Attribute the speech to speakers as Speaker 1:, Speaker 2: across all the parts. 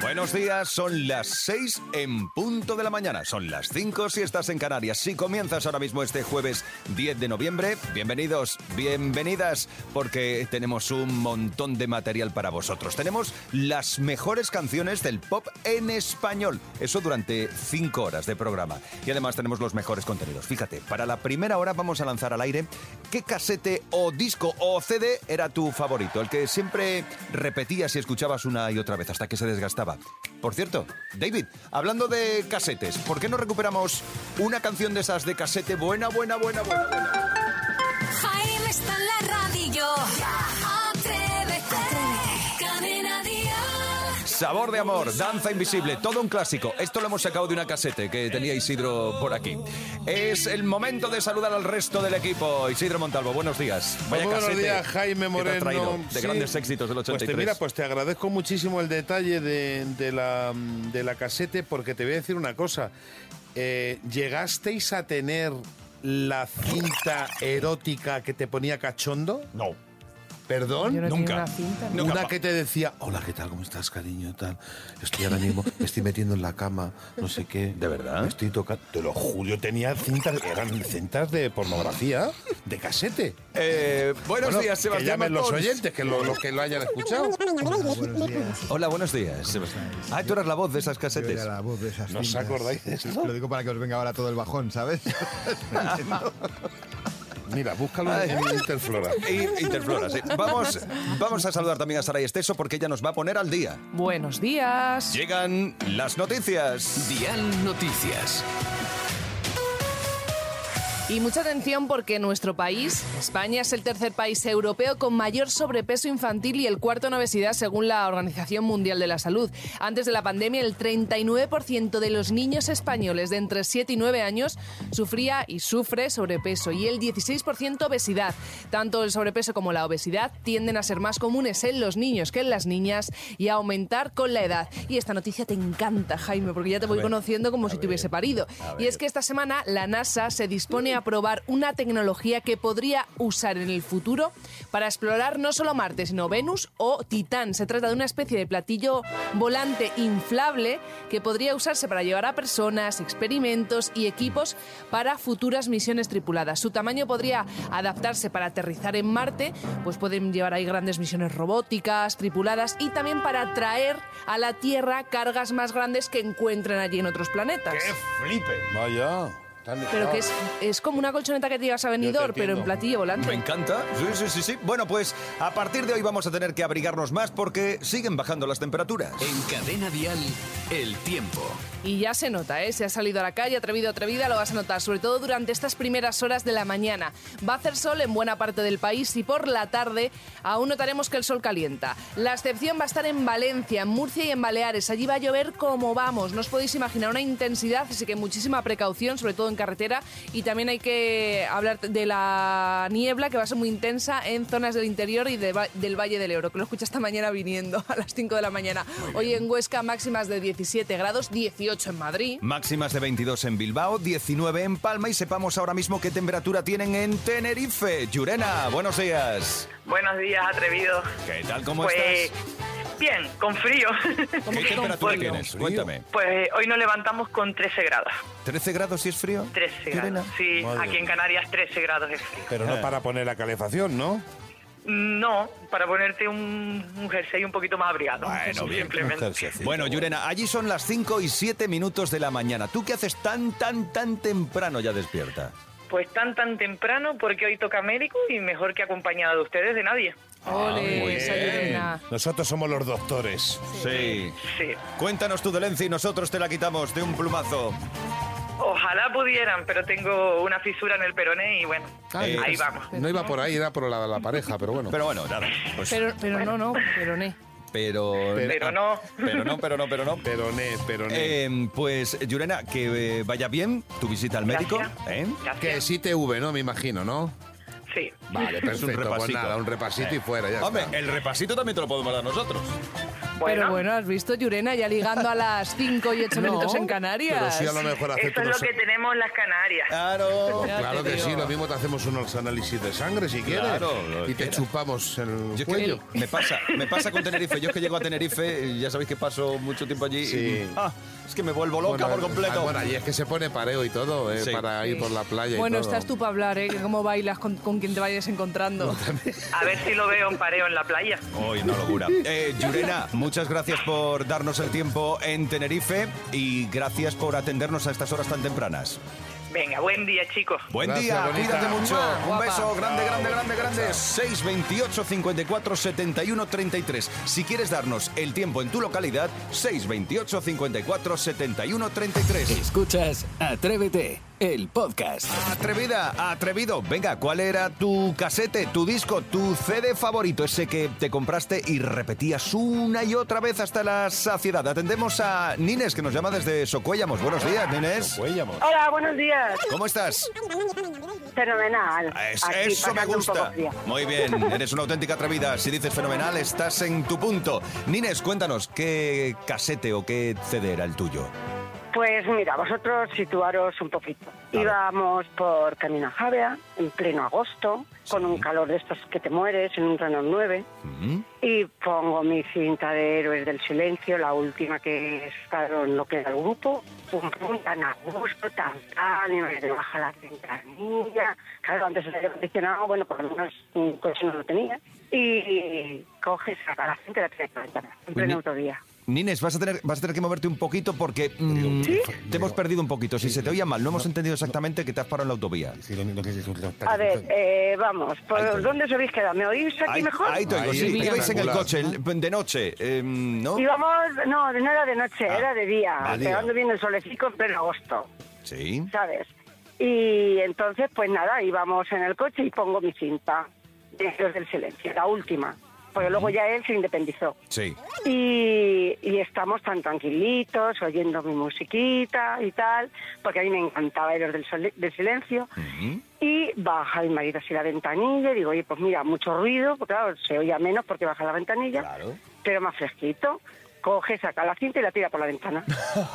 Speaker 1: Buenos días, son las 6 en punto de la mañana. Son las 5 si estás en Canarias. Si comienzas ahora mismo este jueves 10 de noviembre, bienvenidos, bienvenidas, porque tenemos un montón de material para vosotros. Tenemos las mejores canciones del pop en español. Eso durante 5 horas de programa. Y además tenemos los mejores contenidos. Fíjate, para la primera hora vamos a lanzar al aire qué casete o disco o CD era tu favorito, el que siempre repetías y escuchabas una y otra vez hasta que se desgastaba. Por cierto, David, hablando de casetes, ¿por qué no recuperamos una canción de esas de casete buena, buena, buena, buena, buena?
Speaker 2: Jaime está en la radio. Atrévete. Cadena Dial.
Speaker 1: Sabor de amor, danza invisible, todo un clásico. Esto lo hemos sacado de una casete que tenía Isidro por aquí. Es el momento de saludar al resto del equipo. Isidro Montalvo, buenos días.
Speaker 3: Muy buenos días,
Speaker 1: que te
Speaker 3: Jaime
Speaker 1: ha
Speaker 3: Moreno.
Speaker 1: traído
Speaker 3: Sí.
Speaker 1: de grandes éxitos del 83.
Speaker 3: Pues te, mira, pues te agradezco muchísimo el detalle de, de la, de la casete, porque te voy a decir una cosa. Eh, ¿Llegasteis a tener la cinta erótica que te ponía cachondo?
Speaker 1: No.
Speaker 3: ¿Perdón?
Speaker 4: Yo no
Speaker 1: Nunca.
Speaker 4: tenía una cinta.
Speaker 1: No.
Speaker 4: No.
Speaker 1: Nunca.
Speaker 3: Una que te decía, hola, ¿qué tal? ¿Cómo estás, cariño? Tal. Estoy ahora mismo, me estoy metiendo en la cama, no sé qué.
Speaker 1: ¿De verdad?
Speaker 3: Me estoy tocando. Te lo juro, yo tenía cintas, eran cintas de pornografía, de casete.
Speaker 1: Eh, buenos
Speaker 3: Bueno,
Speaker 1: días,
Speaker 3: Que
Speaker 1: Sebastián.
Speaker 3: llamen los
Speaker 1: Matos.
Speaker 3: oyentes, que lo, los que lo hayan escuchado.
Speaker 1: Hola, buenos días.
Speaker 3: pues,
Speaker 1: Ah, tú eras la voz de esas
Speaker 5: Yo
Speaker 1: casetes.
Speaker 5: era la voz de esas
Speaker 3: ¿No os
Speaker 5: cintas.
Speaker 3: acordáis de esto?
Speaker 5: Lo digo para que os venga ahora todo el bajón, ¿sabes?
Speaker 3: Mira, búscalo en Interflora.
Speaker 1: Y- Interflora, sí. Vamos, vamos a saludar también a Saray Esteso porque ella nos va a poner al día.
Speaker 4: Buenos días.
Speaker 1: Llegan las noticias.
Speaker 6: Dial Noticias.
Speaker 4: Y mucha atención porque nuestro país, España, es el tercer país europeo con mayor sobrepeso infantil y el cuarto en obesidad según la Organización Mundial de la Salud. Antes de la pandemia, el 39% de los niños españoles de entre 7 y 9 años sufría y sufre sobrepeso y el 16% obesidad. Tanto el sobrepeso como la obesidad tienden a ser más comunes en los niños que en las niñas y a aumentar con la edad. Y esta noticia te encanta, Jaime, porque ya te voy
Speaker 1: ver,
Speaker 4: conociendo como
Speaker 1: a
Speaker 4: si
Speaker 1: ver.
Speaker 4: te hubiese parido. Y es que esta semana la NASA se dispone a probar una tecnología que podría usar en el futuro para explorar no solo Marte, sino Venus o Titán. Se trata de una especie de platillo volante inflable que podría usarse para llevar a personas, experimentos y equipos para futuras misiones tripuladas. Su tamaño podría adaptarse para aterrizar en Marte, pues pueden llevar ahí grandes misiones robóticas, tripuladas y también para traer a la Tierra cargas más grandes que encuentren allí en otros planetas.
Speaker 1: flipe!
Speaker 3: Vaya. tan
Speaker 4: Pero
Speaker 3: dejado.
Speaker 4: que es, es como una colchoneta que te llevas a
Speaker 3: Yo
Speaker 4: venidor,
Speaker 3: te
Speaker 4: pero en
Speaker 3: entiendo.
Speaker 4: platillo
Speaker 1: Me
Speaker 4: volante.
Speaker 1: encanta. Sí, sí, sí, sí. Bueno, pues a partir de hoy vamos a tener que abrigarnos más porque siguen bajando las temperaturas.
Speaker 6: En Cadena Dial, el tiempo.
Speaker 4: Y ya se nota, ¿eh? Si has salido a la calle, atrevido, atrevida, lo vas a notar, sobre todo durante estas primeras horas de la mañana. Va a hacer sol en buena parte del país y por la tarde aún notaremos que el sol calienta. La excepción va a estar en Valencia, en Murcia y en Baleares. Allí va a llover como vamos. No os podéis imaginar una intensidad, así que muchísima precaución, sobre todo en carretera. Y también hay que hablar de la niebla, que va a ser muy intensa en zonas del interior y de va- del Valle del Ebro, que lo escucha esta mañana viniendo a las 5 de la mañana. Hoy en Huesca máximas de 17 grados, 18 en Madrid.
Speaker 1: Máximas de 22 en Bilbao, 19 en Palma y sepamos ahora mismo qué temperatura tienen en Tenerife. Yurena, buenos días.
Speaker 7: Buenos días, atrevidos.
Speaker 1: ¿Qué tal? ¿Cómo
Speaker 7: Pues
Speaker 1: estás?
Speaker 7: bien, con frío.
Speaker 1: ¿Qué
Speaker 4: que con
Speaker 1: temperatura
Speaker 4: frío?
Speaker 1: tienes? Cuéntame.
Speaker 7: Pues hoy nos levantamos con 13 grados.
Speaker 1: ¿13 grados si es frío?
Speaker 7: 13
Speaker 1: Yurena.
Speaker 7: grados. Sí,
Speaker 3: Madre
Speaker 7: aquí en
Speaker 3: mía.
Speaker 7: Canarias 13 grados es frío.
Speaker 3: Pero no para poner la calefacción, ¿no?
Speaker 7: No, para ponerte un, un jersey un poquito más abrigado.
Speaker 1: Bueno, bien.
Speaker 7: Simplemente.
Speaker 1: Bueno, Yurena, allí son las 5 y 7 minutos de la mañana. ¿Tú qué haces tan, tan, tan temprano ya despierta?
Speaker 7: Pues tan, tan temprano, porque hoy toca médico y mejor que acompañada de ustedes, de nadie.
Speaker 3: Ah,
Speaker 4: Ole, esa Yurena.
Speaker 3: Nosotros somos los doctores.
Speaker 1: Sí.
Speaker 7: Sí.
Speaker 1: Cuéntanos tu dolencia y nosotros te la quitamos de un plumazo.
Speaker 7: Ojalá pudieran, pero tengo una fisura en el peroné y bueno,
Speaker 1: Eh,
Speaker 7: ahí
Speaker 3: pues,
Speaker 7: vamos.
Speaker 3: No iba por ahí, era por la, la pareja, pero bueno.
Speaker 1: Pero bueno, nada. pues-
Speaker 4: Pero, pero no, no, pero no.
Speaker 1: pero,
Speaker 7: Pero no.
Speaker 1: Pero no, pero no, pero no.
Speaker 3: Peroné, peroné.
Speaker 1: Eh, pues, Yurena, que eh, vaya bien tu visita al médico.
Speaker 7: Gracias.
Speaker 1: ¿eh?
Speaker 3: que
Speaker 7: Gracias.
Speaker 3: es ITV, ¿no? Me imagino, ¿no?
Speaker 7: Sí.
Speaker 3: Vale,
Speaker 1: Es un
Speaker 3: perfecto. Pues
Speaker 1: repasito.
Speaker 3: nada, un repasito y fuera, ya
Speaker 1: Hombre, eh,
Speaker 3: está.
Speaker 1: el repasito también te lo podemos dar nosotros.
Speaker 4: Pero
Speaker 7: Bueno.
Speaker 4: bueno, has visto, Yurena, ya ligando a las 5 y 8
Speaker 3: No,
Speaker 4: minutos en Canarias.
Speaker 3: Pero sí, a lo mejor hacerte
Speaker 7: Esto es lo
Speaker 3: unos-
Speaker 7: que tenemos en las Canarias.
Speaker 1: Claro.
Speaker 4: Ya
Speaker 3: Oh, Claro
Speaker 4: te
Speaker 3: que
Speaker 4: digo.
Speaker 3: sí, lo mismo te hacemos unos análisis de sangre si quieres.
Speaker 1: Claro, lo
Speaker 3: y te
Speaker 1: quieras.
Speaker 3: chupamos el
Speaker 1: Yo es que
Speaker 3: cuello.
Speaker 1: me pasa, me pasa con Tenerife. Yo es que llego a Tenerife, y ya sabéis que paso mucho tiempo allí. y-
Speaker 3: Sí.
Speaker 1: ah, es que me vuelvo loca
Speaker 3: Bueno,
Speaker 1: por completo.
Speaker 3: ah, bueno, y es que se pone pareo y todo, eh,
Speaker 1: Sí.
Speaker 3: para ir por la playa y
Speaker 4: Bueno,
Speaker 3: todo.
Speaker 4: estás tú para hablar, ¿eh? Que cómo bailas con, con quien te vayas encontrando.
Speaker 7: A ver si lo veo en pareo en la playa.
Speaker 1: Hoy no locura. Eh, Yurena, muchas gracias por darnos el tiempo en Tenerife y gracias por atendernos a estas horas tan tempranas.
Speaker 7: Venga, buen día, chicos.
Speaker 1: Buen
Speaker 3: Gracias,
Speaker 1: día,
Speaker 3: bonita.
Speaker 1: cuídate mucho.
Speaker 4: Mua,
Speaker 1: Un
Speaker 4: guapa.
Speaker 1: beso grande, grande, grande, grande. 628 54 71 33. Si quieres darnos el tiempo en tu localidad, 628 54 71 33.
Speaker 6: Escuchas Atrévete, el podcast.
Speaker 1: Atrevida, atrevido. Venga, ¿cuál era tu casete, tu disco, tu CD favorito? Ese que te compraste y repetías una y otra vez hasta la saciedad. Atendemos a Nines, que nos llama desde Socuéllamos. Buenos días, Nines.
Speaker 3: Huellamos.
Speaker 8: Hola, buenos días.
Speaker 1: ¿Cómo estás?
Speaker 8: Fenomenal.
Speaker 1: Es-
Speaker 8: Aquí,
Speaker 1: eso me
Speaker 8: pasando un poco
Speaker 1: gusta.
Speaker 8: frío.
Speaker 1: Muy bien, eres una auténtica atrevida. Si dices fenomenal, estás en tu punto. Nines, cuéntanos, ¿qué casete o qué CD era el tuyo?
Speaker 8: Pues mira, vosotros situaros un poquito.
Speaker 1: ver.
Speaker 8: Íbamos por Camino a Javea en pleno agosto, con un calor de estos que te mueres en un Renault 9.
Speaker 1: Mm,
Speaker 8: Y pongo mi cinta de Héroes del Silencio, la última que sacaron lo que era el grupo. Pum, pum, tan a gusto, tan tan, y me baja la ventanilla. Claro, antes el aire acondicionado, bueno, por lo menos un coche no lo tenía. Y coges a la gente la tienes que ventana, en plena autovía.
Speaker 1: Nines, vas a tener, vas a tener que moverte un poquito porque mm, te hemos perdido un poquito. Si se te oía mal, no hemos entendido exactamente que te has parado en la autovía.
Speaker 8: A ver, eh, vamos, ¿por dónde os habéis quedado? ¿Me oís aquí
Speaker 1: Ahí,
Speaker 8: mejor?
Speaker 1: ahí te oigo,
Speaker 3: Ahí
Speaker 1: sí.
Speaker 3: está.
Speaker 1: Ibais en el
Speaker 3: Espectacular.
Speaker 1: coche el- de noche, eh, ¿no?
Speaker 8: Íbamos, no, no era de noche, era de día,
Speaker 3: de día.
Speaker 8: pegando bien el solecico en pleno agosto.
Speaker 1: Sí.
Speaker 8: ¿sabes? Y entonces, pues nada, íbamos en el coche y pongo mi cinta de Héroes del Silencio, la última, porque luego ya él se independizó.
Speaker 1: Sí.
Speaker 8: Y, y estamos tan tranquilitos, oyendo mi musiquita y tal, porque a mí me encantaba Héroes del, Sole- del Silencio. Y baja mi marido así la ventanilla y digo, oye, pues mira, mucho ruido, porque claro, se oía menos porque baja la ventanilla, pero más fresquito. Coge, saca la cinta y la tira por la ventana.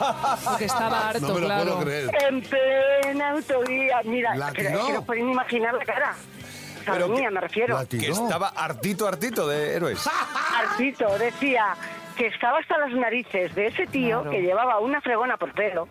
Speaker 4: Porque estaba harto,
Speaker 3: No me lo
Speaker 4: claro.
Speaker 3: puedo creer.
Speaker 8: En plena autovía, mira,
Speaker 3: La
Speaker 8: que, es
Speaker 3: tiró.
Speaker 8: que no podéis ni imaginar la cara. O sea,
Speaker 1: Pero
Speaker 8: mía,
Speaker 1: que-
Speaker 8: me refiero.
Speaker 3: la ti-
Speaker 1: Que
Speaker 3: No.
Speaker 1: estaba hartito, hartito de héroes.
Speaker 8: Artito decía que estaba hasta las narices de ese tío
Speaker 4: Claro.
Speaker 8: que llevaba una fregona por pelo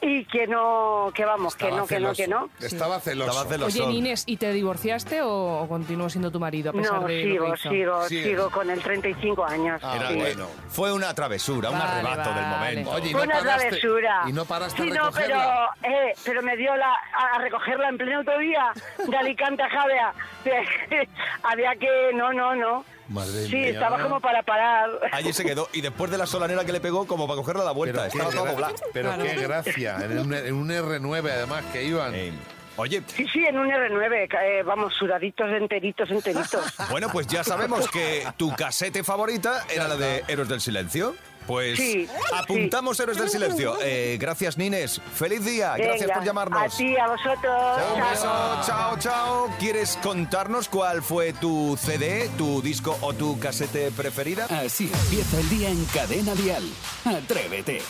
Speaker 8: y que no, que vamos, que no, que no, que no.
Speaker 3: Estaba celoso.
Speaker 1: Estaba
Speaker 4: Oye,
Speaker 1: celosón.
Speaker 4: Nines, ¿y te divorciaste o, o continuó siendo tu marido a pesar
Speaker 8: No,
Speaker 4: de lo que
Speaker 8: sigo,
Speaker 4: hizo?
Speaker 8: sigo,
Speaker 3: Sí,
Speaker 8: sigo con el 35 años.
Speaker 3: Ah,
Speaker 8: Sí.
Speaker 3: bueno.
Speaker 1: Fue una travesura, un
Speaker 4: Vale,
Speaker 1: arrebato del
Speaker 4: vale.
Speaker 1: momento.
Speaker 3: Oye, y
Speaker 8: Fue
Speaker 3: no
Speaker 8: una
Speaker 3: paraste-
Speaker 8: travesura.
Speaker 3: Y no paraste
Speaker 8: sí,
Speaker 3: a
Speaker 8: no, pero,
Speaker 3: recogerla.
Speaker 8: eh, pero me dio la, a a recogerla en plena autovía de Alicante a Javea. Había que... No, no, no.
Speaker 3: Madre
Speaker 8: sí,
Speaker 3: mía.
Speaker 8: estaba como para parar.
Speaker 1: Allí se quedó y después de la solanera que le pegó, como para cogerla a la
Speaker 3: Pero,
Speaker 1: vuelta.
Speaker 3: qué,
Speaker 1: Estaba todo
Speaker 3: gra-
Speaker 1: doblado.
Speaker 3: pero qué gracia. En un, en un R9, además, que iban.
Speaker 1: Eh, Oye,
Speaker 8: Sí, sí, en un R9. eh, vamos, sudaditos, enteritos, enteritos.
Speaker 1: bueno, pues ya sabemos que tu casete favorita era la de Héroes del Silencio. Pues
Speaker 8: Sí,
Speaker 1: apuntamos Héroes del Silencio. Eh, gracias, Nines. Feliz día. gracias
Speaker 8: Venga,
Speaker 1: por llamarnos.
Speaker 8: A ti, a vosotros.
Speaker 1: Un
Speaker 8: Chao.
Speaker 1: beso, chao, chao. ¿Quieres contarnos cuál fue tu CD, tu disco o tu casete preferida?
Speaker 6: Así empieza el día en Cadena Dial. Atrévete.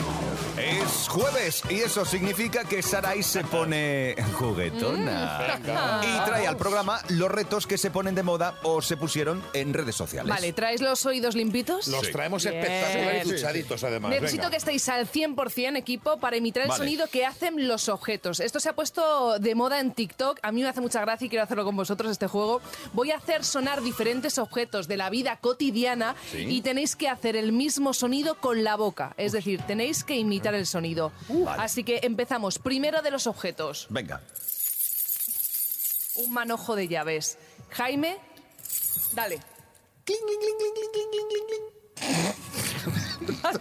Speaker 1: Es jueves y eso significa que Sarai se pone juguetona y trae al programa los retos que se ponen de moda o se pusieron en redes sociales.
Speaker 4: Vale, ¿traes los oídos limpitos?
Speaker 3: Los traemos
Speaker 4: Bien.
Speaker 3: espectaculares y duchaditos, además.
Speaker 4: Necesito
Speaker 3: venga.
Speaker 4: que estéis al 100% equipo para imitar el
Speaker 1: Vale.
Speaker 4: sonido que hacen los objetos. Esto se ha puesto de moda en TikTok. A mí me hace mucha gracia y quiero hacerlo con vosotros este juego. Voy a hacer sonar diferentes objetos de la vida cotidiana y tenéis que hacer el mismo sonido con la boca. Es decir, tenéis que imitar el sonido.
Speaker 1: Vale.
Speaker 4: Así que empezamos. Primero de los objetos.
Speaker 1: Venga.
Speaker 4: Un manojo de llaves. Jaime, dale. Vale.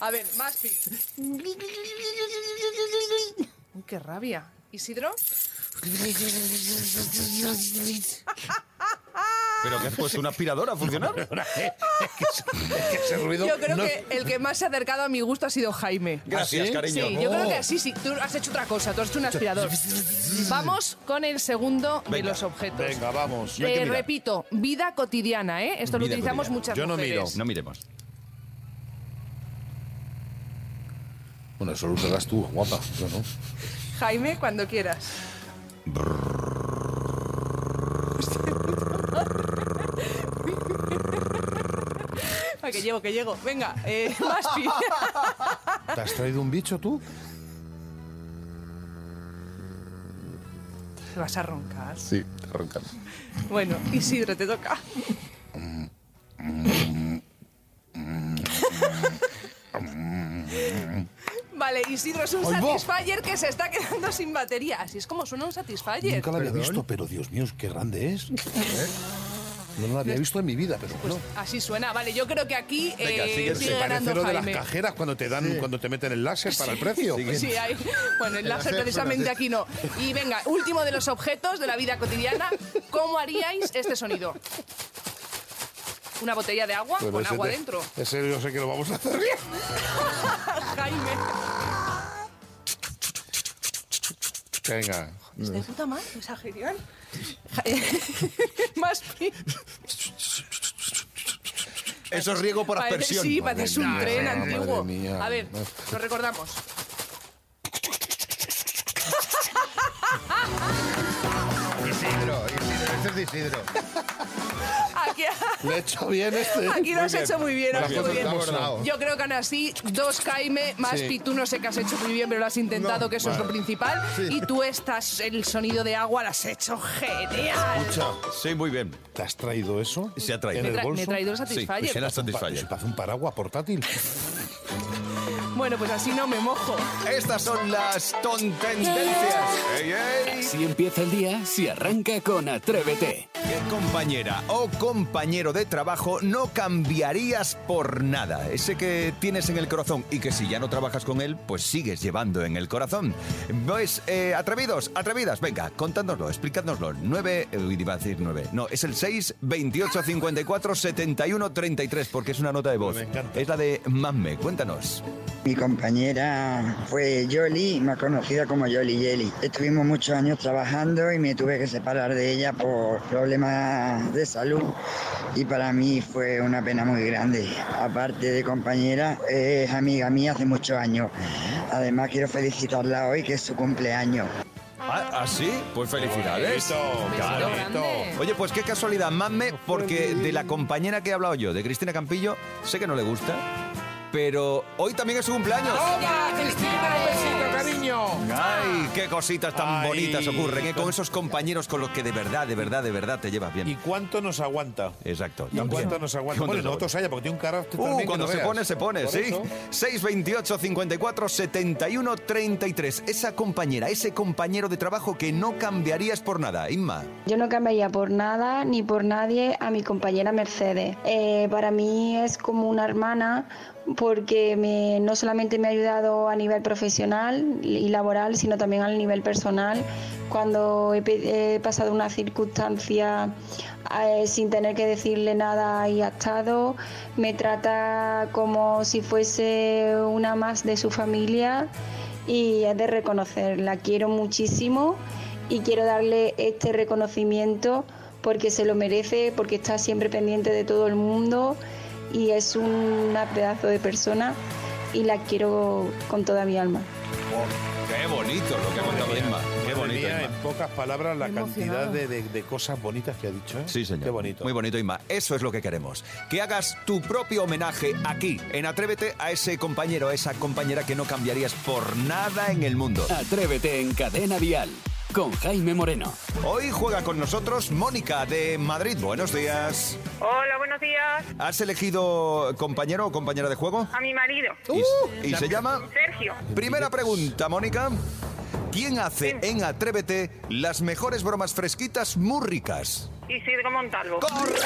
Speaker 4: A ver, más pis. Uy, qué rabia. Isidro,
Speaker 1: ¿Pero que has puesto una aspiradora a funcionar?
Speaker 3: Que ese ruido.
Speaker 4: yo creo
Speaker 3: no-
Speaker 4: que el que más se ha acercado a mi gusto ha sido Jaime.
Speaker 1: Gracias,
Speaker 3: ¿Ah, sí?
Speaker 4: Sí,
Speaker 1: cariño.
Speaker 4: yo creo que así sí. Tú has hecho otra cosa, tú has hecho un aspirador. Vamos con el segundo de
Speaker 1: Venga,
Speaker 4: los objetos.
Speaker 3: Venga, vamos.
Speaker 4: Eh, repito, vida cotidiana, ¿eh? Esto lo
Speaker 1: Vida
Speaker 4: utilizamos
Speaker 1: cotidiana.
Speaker 4: muchas
Speaker 3: Yo no
Speaker 4: mujeres.
Speaker 3: miro.
Speaker 1: No miremos.
Speaker 3: Bueno, eso lo usarás tú, guapa. Yo no.
Speaker 4: Jaime, cuando quieras. Ah, que llego, que llego. Venga, eh, Maspi.
Speaker 3: ¿Te has traído un bicho tú?
Speaker 4: Te vas a roncar.
Speaker 5: Sí, te arrancan.
Speaker 4: Bueno, Isidro, te toca. Vale, Isidro es un
Speaker 3: Ahí va.
Speaker 4: Satisfyer que se está quedando sin batería. Así es como suena un Satisfyer.
Speaker 3: Nunca lo había visto, pero Dios mío, qué grande es. ¿Eh? No lo había visto en mi vida, pero
Speaker 4: Pues
Speaker 3: bueno.
Speaker 4: así suena. Vale, yo creo que aquí
Speaker 1: Venga,
Speaker 4: eh,
Speaker 1: sigue,
Speaker 4: sigue
Speaker 1: se
Speaker 4: ganando
Speaker 3: Parece lo de las
Speaker 4: Jaime.
Speaker 3: cajeras cuando te dan, cuando te meten el láser para el precio. Pues
Speaker 4: Sí, hay. Bueno, el láser
Speaker 5: láser
Speaker 4: precisamente
Speaker 5: suena
Speaker 4: aquí no. Y venga, último de los objetos de la vida cotidiana. ¿Cómo haríais este sonido? Una botella de agua con
Speaker 3: Bueno, Pues ese
Speaker 4: agua
Speaker 3: te-
Speaker 4: dentro.
Speaker 3: Ese yo sé que lo vamos a hacer bien.
Speaker 4: Jaime.
Speaker 3: Venga.
Speaker 4: Es de puta madre, esa genial. Ja- Más pi-
Speaker 1: Eso es riego por
Speaker 4: parece-
Speaker 1: aspersión.
Speaker 4: Sí, parece un
Speaker 3: Madre
Speaker 4: tren
Speaker 3: mía,
Speaker 4: antiguo.
Speaker 3: madre mía.
Speaker 4: A ver, lo recordamos.
Speaker 5: Isidro, Isidro, este es de Isidro.
Speaker 4: Aquí,
Speaker 3: Lo he hecho bien este.
Speaker 4: aquí lo has hecho muy bien,
Speaker 5: Las
Speaker 4: has hecho
Speaker 5: cosas
Speaker 4: muy bien.
Speaker 5: como son.
Speaker 4: Yo creo que aún así, dos Jaime, más
Speaker 3: Sí.
Speaker 4: Pi, tú no sé qué has hecho muy bien, pero lo has intentado, que eso es lo principal. Y tú estás, el sonido de agua lo has hecho genial.
Speaker 3: Escucha,
Speaker 1: Sí, muy bien.
Speaker 3: ¿te has traído eso?
Speaker 1: Se ha traído.
Speaker 3: ¿En
Speaker 4: Me, tra-
Speaker 3: el
Speaker 4: me he
Speaker 3: bolso? pues
Speaker 4: traído el
Speaker 1: Sí,
Speaker 4: Satisfyer.
Speaker 1: será
Speaker 3: Parece
Speaker 1: Satisfyer.
Speaker 3: un paraguas portátil.
Speaker 4: bueno, pues así no me mojo.
Speaker 1: Estas son las tontendencias. ¡Ey, ey!
Speaker 6: Si empieza el día, si arranca con Atrévete.
Speaker 1: ¿Qué compañera o compañero de trabajo no cambiarías por nada? Ese que tienes en el corazón y que si ya no trabajas con él, pues sigues llevando en el corazón. Pues, eh, atrevidos, atrevidas, venga, contádnoslo, explicádnoslo. 9, eh, iba a decir 9, no, es el 6, 28, 54, 71, 33, porque es una nota de voz.
Speaker 3: Me encanta.
Speaker 1: Es la de Mamme, cuéntanos.
Speaker 9: Mi compañera fue Yoli, más conocida como Yoli Yeli. Estuvimos muchos años trabajando y me tuve que separar de ella por problemas de salud y para mí fue una pena muy grande. Aparte de compañera, es amiga mía hace muchos años. Además quiero felicitarla hoy que es su cumpleaños.
Speaker 1: ¿Ah, ah, sí? Pues felicidades.
Speaker 4: Besito grande.
Speaker 1: Oye, pues qué casualidad, mamme, porque de la compañera que he hablado yo, de Cristina Campillo, sé que no le gusta, pero hoy también es su cumpleaños. ¡Ay, qué cositas tan
Speaker 3: Ay.
Speaker 1: bonitas ocurren! ¿eh? Con esos compañeros con los que de verdad, de verdad, de verdad te llevas
Speaker 3: ¿Y
Speaker 1: bien.
Speaker 3: cuánto nos aguanta?
Speaker 1: Exacto.
Speaker 3: ¿Y cuánto nos aguanta?
Speaker 1: ¿Cuánto
Speaker 3: Bueno,
Speaker 1: nos
Speaker 3: nosotros haya, porque tiene un carácter
Speaker 1: Uh,
Speaker 3: también que
Speaker 1: cuando
Speaker 3: no
Speaker 1: se
Speaker 3: veas.
Speaker 1: pone, se pone,
Speaker 3: Por
Speaker 1: sí.
Speaker 3: eso.
Speaker 1: 628 54 71 33. Esa compañera, ese compañero de trabajo que no cambiarías por nada. Inma.
Speaker 10: Yo no cambiaría por nada ni por nadie a mi compañera Mercedes. Eh, para mí es como una hermana porque me- no solamente me ha ayudado a nivel profesional y laboral, sino también a nivel personal. Cuando he, pe- he pasado una circunstancia eh, sin tener que decirle nada y ha estado, me trata como si fuese una más de su familia y es de reconocer. La quiero muchísimo y quiero darle este reconocimiento porque se lo merece, porque está siempre pendiente de todo el mundo y es una pedazo de persona y la quiero con toda mi alma.
Speaker 1: Qué bonito lo que ha contado Inma.
Speaker 3: Madre
Speaker 1: Qué bonito,
Speaker 3: mía,
Speaker 1: Inma.
Speaker 3: en pocas palabras, la
Speaker 4: Estoy emocionada.
Speaker 3: cantidad de, de- de cosas bonitas que ha dicho. ¿eh?
Speaker 1: Sí, señor.
Speaker 3: Qué bonito.
Speaker 1: Muy bonito, Inma. Eso es lo que queremos. Que hagas tu propio homenaje aquí, en Atrévete, a ese compañero, a esa compañera que no cambiarías por nada en el mundo.
Speaker 6: Atrévete en Cadena Dial con Jaime Moreno.
Speaker 1: Hoy juega con nosotros Mónica de Madrid. Buenos días.
Speaker 7: Hola, buenos días.
Speaker 1: ¿Has elegido compañero o compañera de juego?
Speaker 7: A mi marido,
Speaker 1: Y- y se llama...
Speaker 7: Sergio.
Speaker 1: Primera pregunta, Mónica. ¿Quién hace en Atrévete las mejores bromas fresquitas muy ricas?
Speaker 7: Isidro Montalvo.
Speaker 1: ¡Correcto!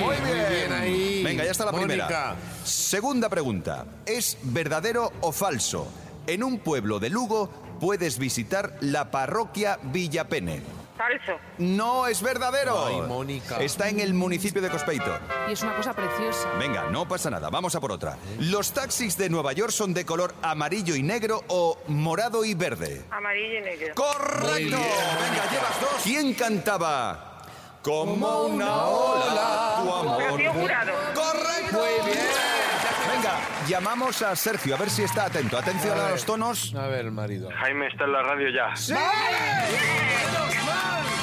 Speaker 1: Muy bien.
Speaker 3: ahí.
Speaker 1: Venga, ya está la
Speaker 3: Mónica.
Speaker 1: primera. Segunda pregunta. ¿Es verdadero o falso? En un pueblo de Lugo puedes visitar la parroquia Villapene.
Speaker 7: Falso.
Speaker 1: No es verdadero.
Speaker 3: Ay, Mónica.
Speaker 1: Está en el municipio de Cospeito.
Speaker 4: Y es una cosa preciosa.
Speaker 1: Venga, no pasa nada. Vamos a por otra. ¿Los taxis de Nueva York son de color amarillo y negro o morado y verde?
Speaker 7: Amarillo y negro.
Speaker 1: ¡Correcto! Venga, llevas dos. ¿Quién cantaba? Como una ola, tu amor.
Speaker 7: Rocío Jurado.
Speaker 1: ¡Correcto! Muy bien. Venga, Llamamos a Sergio, a ver si está atento. Atención a, los tonos.
Speaker 3: A ver, marido.
Speaker 11: Jaime está en la radio ya.
Speaker 1: ¡Sí!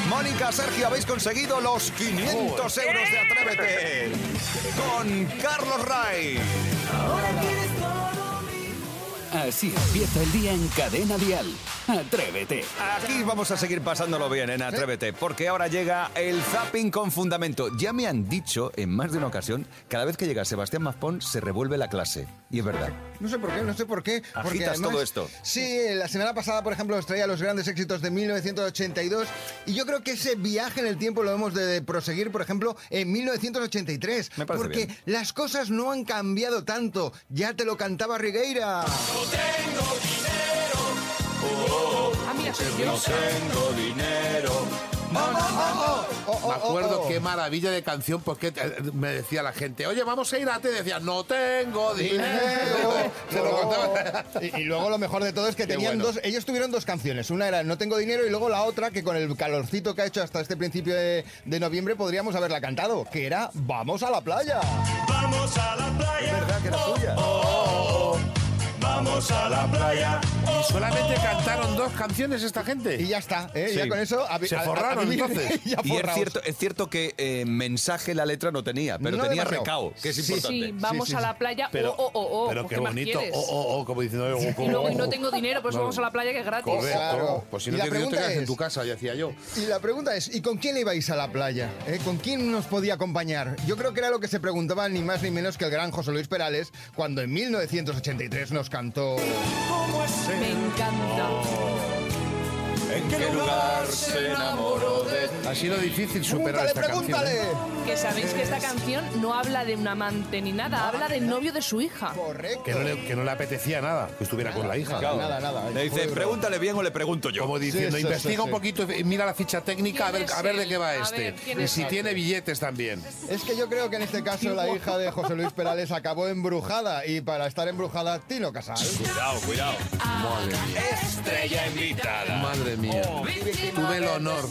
Speaker 1: Mónica, Sergio, habéis conseguido los 500 euros de Atrévete con Carlos Ray.
Speaker 6: Así empieza el día en Cadena Dial. Atrévete.
Speaker 1: Aquí vamos a seguir pasándolo bien en Atrévete, porque ahora llega el zapping con fundamento. Ya me han dicho en más de una ocasión, cada vez que llega Sebastián Mazpón se revuelve la clase. Y es verdad.
Speaker 5: No sé por qué, no sé por qué. porque
Speaker 1: Agitas
Speaker 5: además-
Speaker 1: todo esto.
Speaker 5: Sí, la semana pasada, por ejemplo, os traía los grandes éxitos de 1982 y yo creo que ese viaje en el tiempo lo hemos de proseguir, por ejemplo, en 1983.
Speaker 1: Me parece
Speaker 5: porque
Speaker 1: bien.
Speaker 5: las cosas no han cambiado tanto. Ya te lo cantaba Rigueira. Oh,
Speaker 4: Ah, mira, soy yo.
Speaker 1: tengo dinero.
Speaker 5: oh,
Speaker 3: Me acuerdo qué maravilla de canción, porque te- me decía la gente, oye, vamos a ir a te. Decía, no tengo dinero. Se lo contaba.
Speaker 5: Y, y luego lo mejor de todo es que
Speaker 3: Qué
Speaker 5: tenían
Speaker 3: bueno.
Speaker 5: dos. Ellos tuvieron dos canciones. Una era No tengo dinero y luego la otra que con el calorcito que ha hecho hasta este principio de, de noviembre podríamos haberla cantado, que era Vamos a la playa.
Speaker 12: Vamos a la playa. Oh,
Speaker 1: verdad que era tuya.
Speaker 12: Vamos a la playa.
Speaker 3: Y solamente cantaron dos canciones esta gente.
Speaker 5: Y ya está, ¿eh?
Speaker 3: Sí.
Speaker 5: Ya con eso. a-
Speaker 3: Se
Speaker 5: a- a-
Speaker 3: forraron,
Speaker 5: a mí-
Speaker 3: entonces.
Speaker 5: ya
Speaker 1: Y es
Speaker 5: forraos.
Speaker 1: cierto, es cierto que eh, mensaje la letra no tenía, pero
Speaker 5: No
Speaker 1: tenía
Speaker 5: demasiado.
Speaker 1: recao, que es
Speaker 5: Sí,
Speaker 1: importante.
Speaker 4: Sí, vamos a la playa.
Speaker 3: Pero,
Speaker 4: oh, oh, oh, oh,
Speaker 3: pero
Speaker 4: pues,
Speaker 3: qué
Speaker 4: más
Speaker 3: bonito.
Speaker 4: quieres?
Speaker 3: Oh, oh, oh, como diciendo, oh, oh,
Speaker 4: Y luego, y no
Speaker 3: oh.
Speaker 4: tengo dinero, pues
Speaker 3: No.
Speaker 4: vamos a la playa que es gratis.
Speaker 3: Correcto.
Speaker 5: Claro.
Speaker 3: Pues si no
Speaker 5: Y la
Speaker 3: tienes dinero, te
Speaker 5: pregunta
Speaker 3: quedas en
Speaker 5: es-
Speaker 3: tu casa, decía yo.
Speaker 5: Y la pregunta es, ¿y con quién ibais a la playa? ¿Eh? ¿Con quién nos podía acompañar? Yo creo que era lo que se preguntaba ni más ni menos que el gran José Luis Perales cuando en 1983 nos cantó...
Speaker 12: ¿Cómo es
Speaker 4: Me encanta.
Speaker 3: Oh.
Speaker 12: ¿En qué lugar se enamoró de
Speaker 3: Ha sido difícil superar
Speaker 5: ¡Pregúntale,
Speaker 3: esta
Speaker 5: pregúntale!
Speaker 3: canción. ¿eh?
Speaker 4: Que sabéis que esta canción no habla de un amante ni nada, habla del novio de su hija.
Speaker 3: Que
Speaker 5: Correcto.
Speaker 3: no, le, que no le apetecía nada, que estuviera con la hija.
Speaker 1: Claro.
Speaker 5: Nada, nada. eh.
Speaker 1: Le dice,
Speaker 5: Joder.
Speaker 1: pregúntale bien o le pregunto yo.
Speaker 3: Como diciendo,
Speaker 5: sí, sí,
Speaker 3: investiga
Speaker 5: sí.
Speaker 3: un poquito, eh, mira la ficha técnica, a ver,
Speaker 4: ¿Quién es
Speaker 3: a ver de
Speaker 4: él?
Speaker 3: qué va
Speaker 4: A ver,
Speaker 3: este.
Speaker 4: ¿quién
Speaker 3: y
Speaker 4: es
Speaker 3: si
Speaker 4: él?
Speaker 3: tiene billetes también.
Speaker 5: Es que yo creo que en este caso la hija de José Luis Perales acabó embrujada y para estar embrujada, Tino Casal.
Speaker 1: Cuidado, cuidado. Estrella invitada.
Speaker 3: Madre mía. Tuve el honor.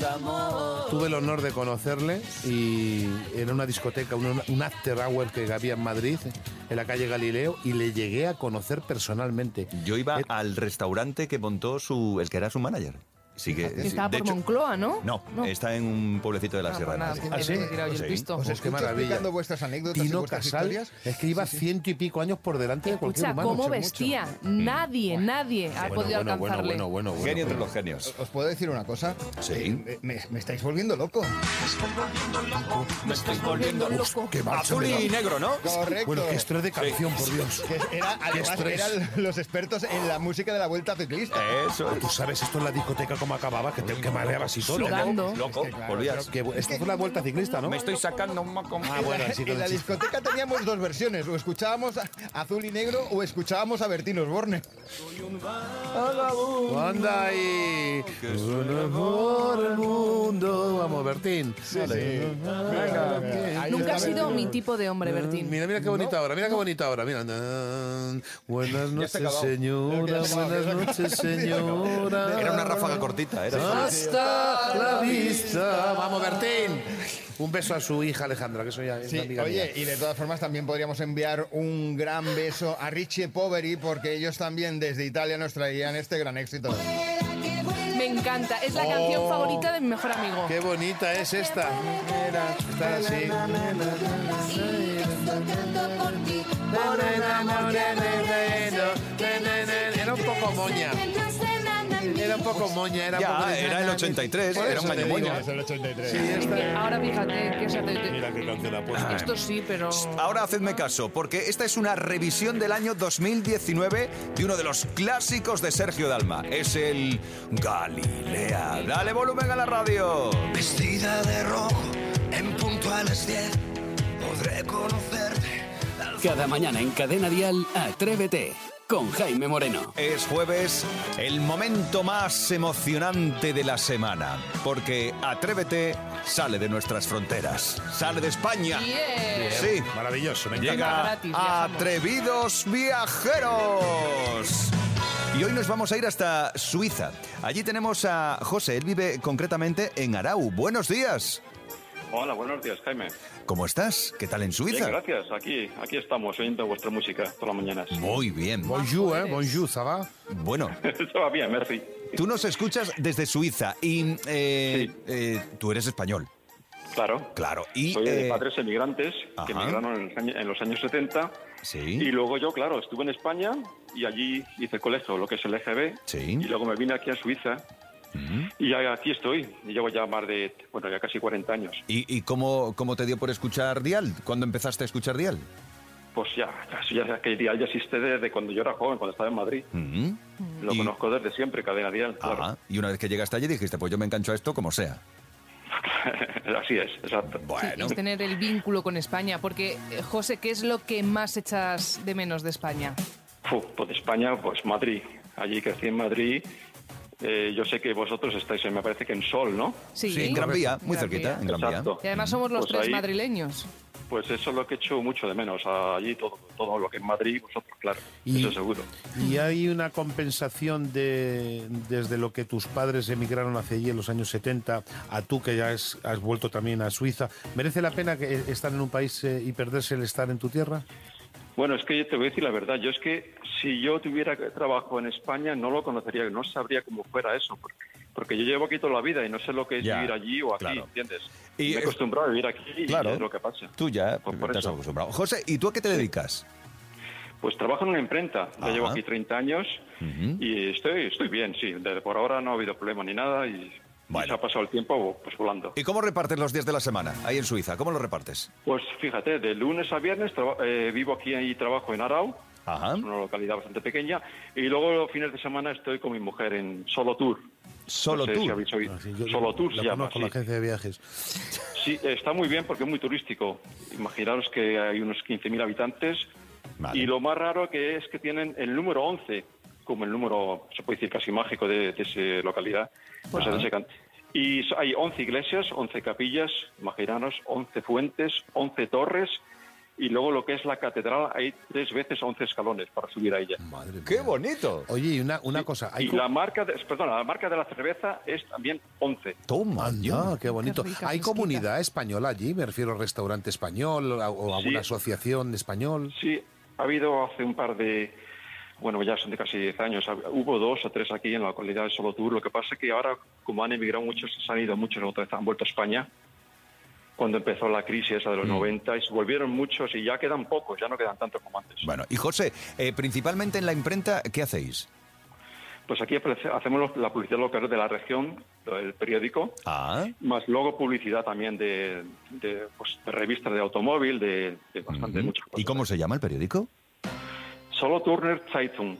Speaker 3: Tuve el honor de conocerle y era una discoteca, un, un after hour que había en Madrid, en la calle Galileo, y le llegué a conocer personalmente.
Speaker 1: Yo iba
Speaker 3: Eh,
Speaker 1: al restaurante que montó su, el que era su manager. Sí que
Speaker 4: Que estaba
Speaker 1: de
Speaker 4: por
Speaker 1: hecho-
Speaker 4: Moncloa, ¿no?
Speaker 1: No, está en un pueblecito de la
Speaker 4: Ah, pues
Speaker 1: Sierra de
Speaker 4: nada,
Speaker 1: Madrid.
Speaker 4: que me
Speaker 3: ¿Ah,
Speaker 4: he
Speaker 3: sí?
Speaker 4: tirado yo el
Speaker 1: Sí.
Speaker 4: pisto.
Speaker 5: Os
Speaker 3: Pues qué
Speaker 5: escucho
Speaker 3: maravilla.
Speaker 5: explicando vuestras anécdotas y
Speaker 3: Tino
Speaker 5: vuestras
Speaker 3: Casal
Speaker 5: historias.
Speaker 3: es que iba ciento y pico años por delante de cualquier
Speaker 4: Escucha,
Speaker 3: humano.
Speaker 4: ¿cómo
Speaker 3: mucho,
Speaker 4: vestía?
Speaker 3: mucho.
Speaker 4: Nadie, nadie ha
Speaker 3: Bueno,
Speaker 4: podido
Speaker 3: bueno, bueno,
Speaker 4: alcanzarle.
Speaker 3: bueno, bueno, bueno,
Speaker 1: Genio entre
Speaker 3: bueno.
Speaker 1: los genios.
Speaker 11: Oh,
Speaker 5: Os puedo decir una cosa.
Speaker 1: Sí.
Speaker 5: Eh, Me, me estáis volviendo loco.
Speaker 1: Me estoy volviendo loco. Azul y negro, ¿no?
Speaker 5: Correcto.
Speaker 3: Bueno, que estrés de canción, por Dios.
Speaker 5: Que era, además,
Speaker 3: estrés.
Speaker 5: eran los expertos en la música de la vuelta ciclista.
Speaker 1: Eso es.
Speaker 3: Tú sabes esto en la discoteca cómo acababa, que te que mareabas y todo.
Speaker 4: Sudando.
Speaker 1: Loco, volvías.
Speaker 3: Que, esto fue la vuelta ciclista, ¿no?
Speaker 1: Me estoy sacando un moco.
Speaker 3: Ah, bueno, así
Speaker 5: En
Speaker 3: con
Speaker 5: la
Speaker 3: el chiste.
Speaker 5: discoteca teníamos dos versiones, o escuchábamos a Azul y Negro o escuchábamos a Bertín Osborne.
Speaker 3: Anda ahí. Suena por el mundo. Vamos, Bertín.
Speaker 5: Ahí
Speaker 4: Nunca ha
Speaker 5: está
Speaker 4: sido
Speaker 5: Bertín.
Speaker 4: mi tipo de hombre, Bertín.
Speaker 3: Mira, mira qué bonito ahora, mira qué bonito ahora. Mira. Nan, Buenas
Speaker 5: se ha
Speaker 3: noches,
Speaker 5: acabado.
Speaker 3: señora.
Speaker 5: Ya se ha acabado.
Speaker 3: Buenas noches, señora.
Speaker 1: Era una ráfaga cortita, era solo-
Speaker 3: Hasta la vista. Vamos, Bertín. Un beso a su hija Alejandra, que soy
Speaker 5: Sí,
Speaker 3: amiga
Speaker 5: oye,
Speaker 3: mía.
Speaker 5: y de todas formas también podríamos enviar un gran beso a Richie Poveri porque ellos también desde Italia nos traían este gran éxito.
Speaker 4: Me encanta. Es la canción favorita de mi mejor amigo.
Speaker 3: Qué bonita es esta. Está así. Era un poco moña. Era un poco moña, era un
Speaker 1: Ya,
Speaker 3: poco de-
Speaker 1: era el 83,
Speaker 3: Por
Speaker 1: era
Speaker 3: eso
Speaker 1: un
Speaker 3: te
Speaker 1: año
Speaker 3: digo.
Speaker 1: moña.
Speaker 5: Es el 83.
Speaker 4: Ahora fíjate que se hace-
Speaker 3: qué canción ha puesto.
Speaker 4: Esto sí, pero.
Speaker 1: Ahora hacedme caso, porque esta es una revisión del año 2019 de uno de los clásicos de Sergio Dalma. Es el Galilea. Dale volumen a la radio.
Speaker 12: Vestida de rojo, en punto a las 10, podré conocerte.
Speaker 6: Cada mañana en Cadena Dial, Atrévete con Jaime Moreno.
Speaker 1: Es jueves, el momento más emocionante de la semana, porque Atrévete sale de nuestras fronteras, sale de España.
Speaker 4: Bien.
Speaker 3: eh.
Speaker 1: Sí,
Speaker 3: Maravilloso, me encanta.
Speaker 1: Llega
Speaker 4: Gratis, viajamos.
Speaker 1: Atrevidos Viajeros. Y hoy nos vamos a ir hasta Suiza. Allí tenemos a José, él vive concretamente en Arau. Buenos días.
Speaker 11: Hola, buenos días, Jaime.
Speaker 1: ¿Cómo estás? ¿Qué tal en Suiza?
Speaker 11: Bien, gracias. Aquí, aquí estamos, oyendo vuestra música todas las mañanas.
Speaker 1: Muy bien.
Speaker 3: Bonjour, ¿eh? Bonjour, ¿ça va?
Speaker 1: Bueno,
Speaker 11: Eso va bien, merci.
Speaker 1: tú nos escuchas desde Suiza y eh, eh, tú eres español.
Speaker 11: Claro.
Speaker 1: Claro. Y,
Speaker 11: Soy de
Speaker 1: eh,
Speaker 11: padres emigrantes que
Speaker 1: Ajá.
Speaker 11: emigraron en los, años, en los años 70.
Speaker 1: Sí.
Speaker 11: Y luego yo, claro, estuve en España y allí hice colegio, lo que es el EGB. Y luego me vine aquí a Suiza y ya aquí estoy. Y llevo ya más de, bueno, ya casi 40 años.
Speaker 1: ¿Y, y cómo, cómo te dio por escuchar Dial? ¿Cuándo empezaste a escuchar Dial?
Speaker 11: Pues ya, casi ya aquel día ya existe desde cuando yo era joven, cuando estaba en Madrid.
Speaker 1: Mm.
Speaker 11: Lo conozco desde siempre, Cadena Dial. claro.
Speaker 1: Ajá. Ah, Y una vez que llegaste allí dijiste, pues yo me engancho a esto como sea.
Speaker 11: Así es, exacto.
Speaker 1: Bueno.
Speaker 4: Es tener el vínculo con España, porque, eh, José, ¿qué es lo que más echas de menos de España?
Speaker 11: Fu, pues de España, pues Madrid. Allí crecí en Madrid. Eh, yo sé que vosotros estáis, eh, me parece que en Sol, ¿no?
Speaker 4: Sí. Sí, en Gran Vía, muy cerquita, en Gran Vía.
Speaker 11: Exacto.
Speaker 4: Y además somos los
Speaker 11: Pues
Speaker 4: tres
Speaker 11: ahí,
Speaker 4: madrileños.
Speaker 11: Pues eso es lo que echo mucho de menos. Allí todo, todo lo que es Madrid, vosotros, claro.
Speaker 3: Y-
Speaker 11: Eso seguro.
Speaker 3: ¿Y hay una compensación de desde lo que tus padres emigraron hacia allí en los años 70 a tú que ya has, has vuelto también a Suiza? ¿Merece la pena que estar en un país eh, y perderse el estar en tu tierra?
Speaker 11: Bueno, es que yo te voy a decir la verdad. Yo es que si yo tuviera trabajo en España no lo conocería, no sabría cómo fuera eso. Porque, porque yo llevo aquí toda la vida y no sé lo que es
Speaker 1: Ya,
Speaker 11: vivir allí o aquí,
Speaker 1: claro.
Speaker 11: ¿entiendes?
Speaker 1: Y
Speaker 11: me he
Speaker 1: es-
Speaker 11: acostumbrado a vivir aquí y
Speaker 1: Claro.
Speaker 11: es lo que pasa. Pues
Speaker 1: Tú ya
Speaker 11: por
Speaker 1: te has
Speaker 11: eso.
Speaker 1: acostumbrado. José, ¿y tú a qué te dedicas?
Speaker 11: Pues trabajo en una imprenta. Ya
Speaker 1: Ajá.
Speaker 11: llevo aquí 30 años y estoy, estoy bien, sí. De- por ahora no ha habido problema ni nada y, y se ha pasado el tiempo pues volando.
Speaker 1: ¿Y cómo repartes los días de la semana ahí en Suiza? ¿Cómo los repartes?
Speaker 11: Pues fíjate, de lunes a viernes traba- eh, vivo aquí y trabajo en Arau, es una localidad bastante pequeña, y luego los fines de semana estoy con mi mujer en Solo Tour.
Speaker 1: Solo
Speaker 11: No sé
Speaker 1: Tour.
Speaker 11: si habéis oído.
Speaker 3: Ah, sí, yo-
Speaker 11: Solo Tour
Speaker 3: la
Speaker 11: se llama,
Speaker 3: conozco, la
Speaker 11: sí.
Speaker 3: agencia de viajes.
Speaker 11: Sí, está muy bien porque es muy turístico. Imaginaros que hay unos 15.000 habitantes y lo más raro que es que tienen el número 11 como el número, se puede decir, casi mágico de, de esa localidad. o sea, de ese cant- Y so- hay 11 iglesias, 11 capillas, imaginaros, 11 fuentes, 11 torres y luego lo que es la catedral hay tres veces 11 escalones para subir a ella.
Speaker 1: ¡Qué bonito!
Speaker 3: Oye, y una, una cosa. Hay
Speaker 11: Y
Speaker 3: co-
Speaker 11: la marca, de, perdona, la marca de la cerveza es también 11.
Speaker 1: Toma,
Speaker 3: Anda, qué bonito.
Speaker 11: Qué rica,
Speaker 3: ¿Hay
Speaker 11: fresquita.
Speaker 3: comunidad española allí? Me refiero a restaurante español a- o alguna
Speaker 11: Sí.
Speaker 3: asociación de español.
Speaker 11: Sí, ha habido hace un par de, bueno, ya son de casi 10 años, hab- hubo dos o tres aquí en la localidad de Solo Tour. Lo que pasa es que ahora, como han emigrado muchos, se han ido muchos otra vez, han vuelto a España cuando empezó la crisis esa de
Speaker 3: Mm.
Speaker 11: los 90 y se volvieron muchos y ya quedan pocos, ya no quedan tantos como antes.
Speaker 1: Bueno, y José, eh, principalmente en la imprenta, ¿qué hacéis?
Speaker 11: Pues aquí aparece- hacemos los- la publicidad local de la región, el periódico,
Speaker 1: Ah,
Speaker 11: más luego publicidad también de, de, pues, de revistas de automóvil, de, de bastante mucho.
Speaker 1: Mm. ¿y cómo se llama el periódico?
Speaker 11: Solo Turner Zeitung.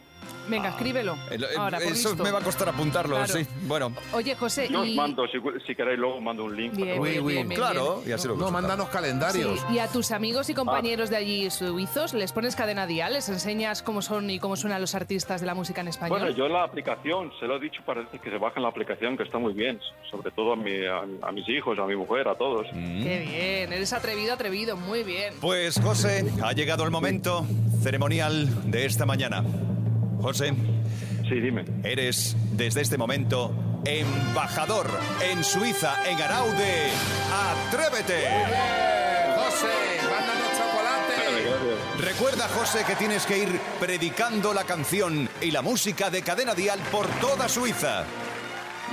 Speaker 4: Venga, escríbelo. Ahora, por
Speaker 1: Eso
Speaker 4: listo.
Speaker 1: me va a costar apuntarlo,
Speaker 4: Claro.
Speaker 1: sí. Bueno,
Speaker 4: Oye, José,
Speaker 11: Yo os
Speaker 4: y-
Speaker 11: mando, si, si queréis, luego os mando un link.
Speaker 4: Bien,
Speaker 11: para
Speaker 4: bien,
Speaker 11: que lo veáis.
Speaker 4: bien, bien, Claro, bien.
Speaker 1: y así lo
Speaker 3: No, mándanos calendarios.
Speaker 4: Sí, y a tus amigos y
Speaker 11: Ah.
Speaker 4: compañeros de allí suizos, ¿les pones cadena dial? ¿Les enseñas cómo son y cómo suenan los artistas de la música en español?
Speaker 11: Bueno, yo la aplicación, se lo he dicho para que se bajen la aplicación, que está muy bien, sobre todo a, mi- a, a mis hijos, a mi mujer, a todos.
Speaker 4: Qué bien, eres atrevido, atrevido, muy bien.
Speaker 1: Pues José, ha llegado el momento ceremonial de esta mañana. José.
Speaker 11: Sí, dime.
Speaker 1: Eres, desde este momento, embajador en Suiza, en Araude. ¡Atrévete!
Speaker 3: José, mándanos chocolate.
Speaker 1: Recuerda, José, que tienes que ir predicando la canción y la música de Cadena Dial por toda Suiza.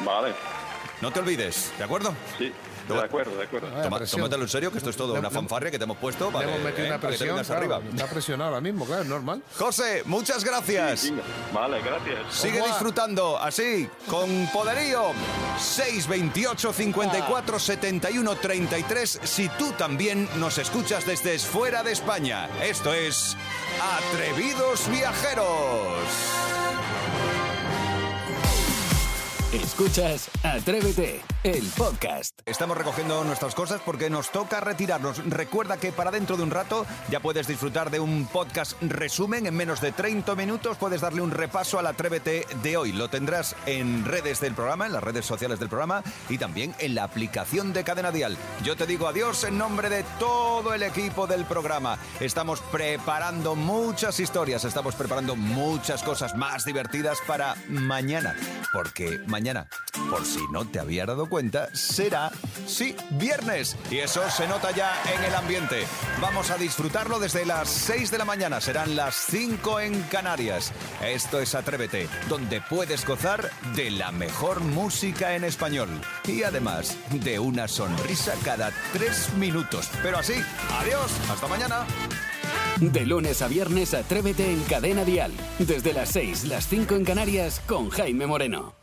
Speaker 11: Vale.
Speaker 1: No te olvides, ¿de acuerdo?
Speaker 11: Sí, de acuerdo, de acuerdo.
Speaker 1: Toma,
Speaker 3: presión.
Speaker 1: tómatelo en serio, que esto es todo
Speaker 3: Le-
Speaker 1: una
Speaker 3: le-
Speaker 1: fanfarria que te hemos puesto.
Speaker 3: Le
Speaker 1: vale,
Speaker 3: hemos metido
Speaker 1: eh,
Speaker 3: una
Speaker 1: para que te
Speaker 3: presión,
Speaker 1: vengas
Speaker 3: claro,
Speaker 1: arriba.
Speaker 3: está presionado ahora mismo, claro, es normal.
Speaker 1: José, muchas gracias.
Speaker 11: Vale, gracias.
Speaker 1: Sigue disfrutando así, con poderío. 628 54 71 33 si tú también nos escuchas desde fuera de España. Esto es Atrevidos Viajeros.
Speaker 6: Escuchas Atrévete, el podcast.
Speaker 1: Estamos recogiendo nuestras cosas porque nos toca retirarnos. Recuerda que para dentro de un rato ya puedes disfrutar de un podcast resumen. En menos de 30 minutos puedes darle un repaso al Atrévete de hoy. Lo tendrás en redes del programa, en las redes sociales del programa y también en la aplicación de Cadena Dial. Yo te digo adiós en nombre de todo el equipo del programa. Estamos preparando muchas historias, estamos preparando muchas cosas más divertidas para mañana. Porque mañana... mañana. Por si no te había dado cuenta, será, sí, viernes. Y eso se nota ya en el ambiente. Vamos a disfrutarlo desde las 6 de la mañana. Serán las 5 en Canarias. Esto es Atrévete, donde puedes gozar de la mejor música en español. Y además de una sonrisa cada 3 minutos. Pero así, adiós, hasta mañana.
Speaker 6: De lunes a viernes, atrévete en Cadena Dial. Desde las 6, las 5 en Canarias, con Jaime Moreno.